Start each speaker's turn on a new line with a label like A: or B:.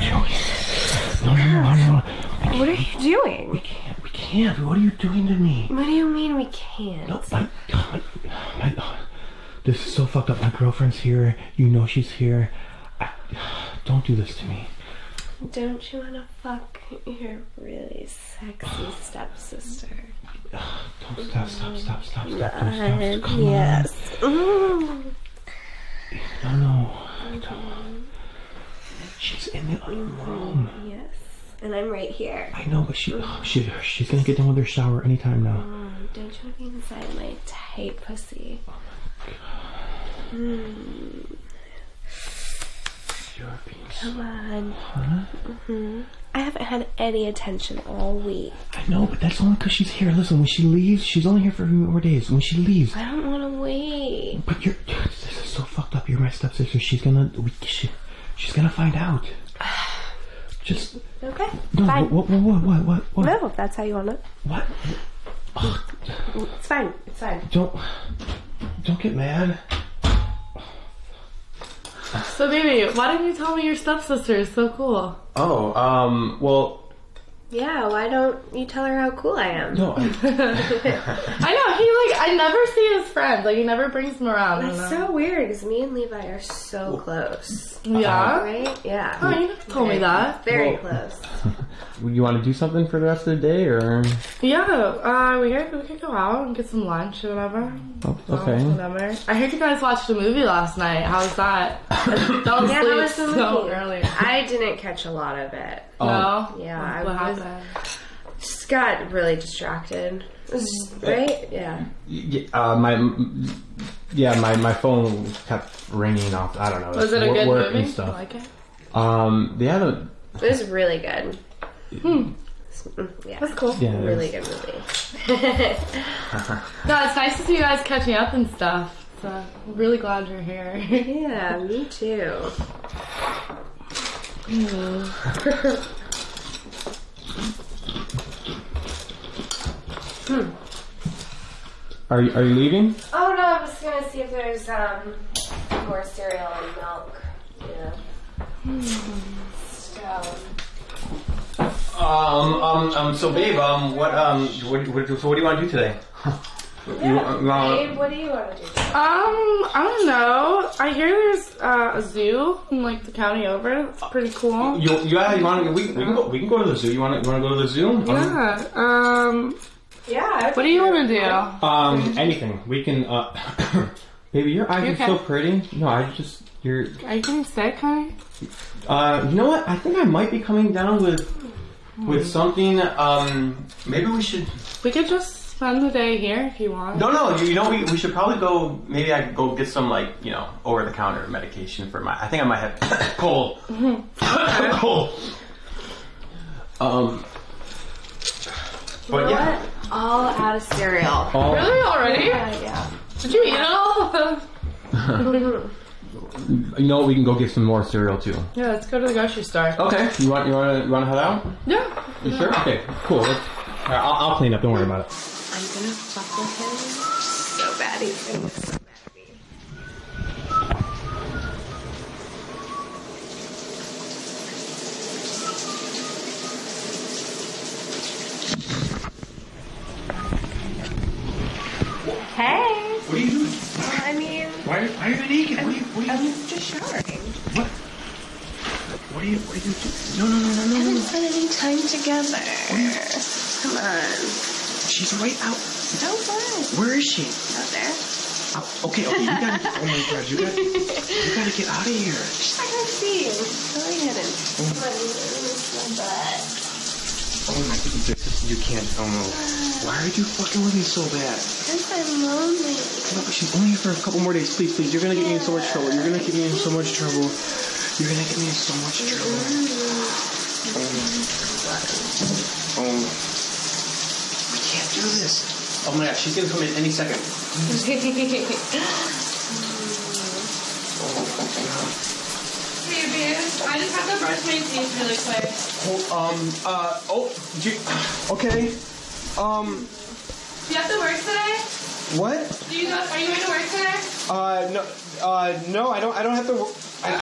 A: No, no, no, no.
B: What are you doing?
A: We can't. What are you doing to me?
B: What do you mean we can't?
A: No, my God. My God. This is so fucked up. My girlfriend's here. You know she's here. I, don't do this to me.
B: Don't you want to fuck your really sexy stepsister?
A: Don't stop, stop, stop, stop, stop. Don't stop.
B: Uh,
A: Come
B: yes. Mm.
A: on. No, no. Don't. She's in the other room.
B: Yes. And I'm right here.
A: I know, but she, oh, she she's gonna get done with her shower anytime now.
B: Mm, Don't you want to be inside my tight pussy? Mm,
A: You're being so-
B: come on. Mm-hmm.
A: Huh?
B: I haven't had any attention all week.
A: I know, but that's only because she's here. Listen, when she leaves, she's only here for a few more days. When she leaves,
B: I don't want to wait.
A: but you're this is so fucked up. You're my stepsister. She's gonna we, she, she's gonna find out. Just
B: Okay.
A: no.
B: fine.
A: What, what what what what what
B: No, if that's how you want it.
A: what? Ugh,
B: It's fine. It's fine.
A: don't don't get mad.
C: So, baby, why didn't you tell me your stepsister is so cool?
A: Oh um well
B: Yeah, why don't you tell her how cool I am?
A: no I,
C: I know he like I never see his friends. Like he never brings them around. uh,
B: That's
C: you know?
B: so weird because me and Levi are so close.
C: yeah.
B: Right? Yeah.
C: Oh, you never told me that.
B: Very
A: Well-
B: close.
A: you want to do something for the rest of the day or
C: Yeah, uh, we could we could go out and get some lunch or whatever.
A: oh,
C: Or
A: okay.
C: Whatever. I heard you guys watched a movie last night. How's that? I fell
B: Yeah,
C: asleep
B: how was the
C: so
B: movie?
C: early.
B: I didn't catch a lot of it.
A: Oh.
C: no.
B: Yeah, I
C: What
B: was-
C: happened?
B: Just got really distracted. It was just- Right? Yeah.
A: Y- Uh, my yeah my my phone kept ringing off. I don't know.
C: Was it a
A: wor-
C: good
A: work
C: movie?
A: and
C: You
A: stuff.
C: like it?
A: Um, the other
B: It was really good. Hmm. Yeah.
C: That's cool.
A: yeah,
B: Really good movie.
C: No, it's nice to see you guys catching up and stuff. So I'm really glad you're here.
B: Yeah, me too.
A: Are you, are you leaving?
B: Oh no, I'm just gonna see if there's um more cereal and milk. Yeah. So
A: Um, um, um. So, babe, um, what, um, what, what, so what do you want to do today? You, want- you want-
B: Babe, what do you want to do?
C: Um, I don't know. I hear there's uh, a zoo in like the county over. It's pretty cool.
A: you, yeah, you want to? We, we can go. We can go to the zoo. You want to? You want to go to the zoo? Um,
C: Yeah. Um,
B: Yeah.
C: what do you want to do?
A: Um, anything. We can. Uh, baby, your eyes are
C: You okay?
A: so pretty. No, I just. You're.
C: Are you getting sick, honey?
A: Uh, you know what? I think I might be coming down with,
C: Hmm.
A: with something. Um, maybe we should.
C: We could just spend the day here if you want.
A: No, no. You, you know, we, we should probably go. Maybe I could go get some like you know over the counter medication for my. I think I might have cold. cold. Um. But yeah, Oh.
B: All out of cereal.
A: all-
C: Really already?
B: yeah.
C: Did you eat it all? yeah,
A: you know what? We can go get some more cereal too.
C: let's go to the grocery store.
A: Okay. You want you want to you want to head out?
C: Yeah.
A: You sure? Okay. Cool. Let's, all right, I'll, I'll clean up. Don't worry about it.
B: I'm gonna fuck with him so bad. He's gonna look so mad at me. Hey.
A: What are you doing?
B: Well, I mean,
A: Why, why are you naked? What are you what are
B: I
A: you
B: was just showering.
A: what? What are you what are you doing? No no no no
B: We
A: no
B: haven't
A: no.
B: spent any time together. Come on.
A: She's right out.
B: No fun
A: Where is she?
B: out there.
A: Out. Okay okay. You gotta. oh my god. You gotta. You gotta get out of here.
B: I can see. Really hidden. Come on, it's my butt.
A: Oh my goodness. You can't. Oh no. Why are you fucking with me so bad?
B: Because I'm lonely.
A: No, but she's only here for a couple more days. Please please. You're gonna get me in so much trouble. You're gonna get me in so much trouble. You're gonna get me in so much trouble. Oh. my- We can't do this. Oh my god, she's gonna come in any second.
C: Hey, babe. I just have to brush my teeth really quick.
A: Oh, um, uh, oh, do you, okay. Um,
C: Do you have to work today?
D: What?
C: Do you go, are you going to work today?
D: Uh, no, uh, no, I don't. I don't have to. wo- I,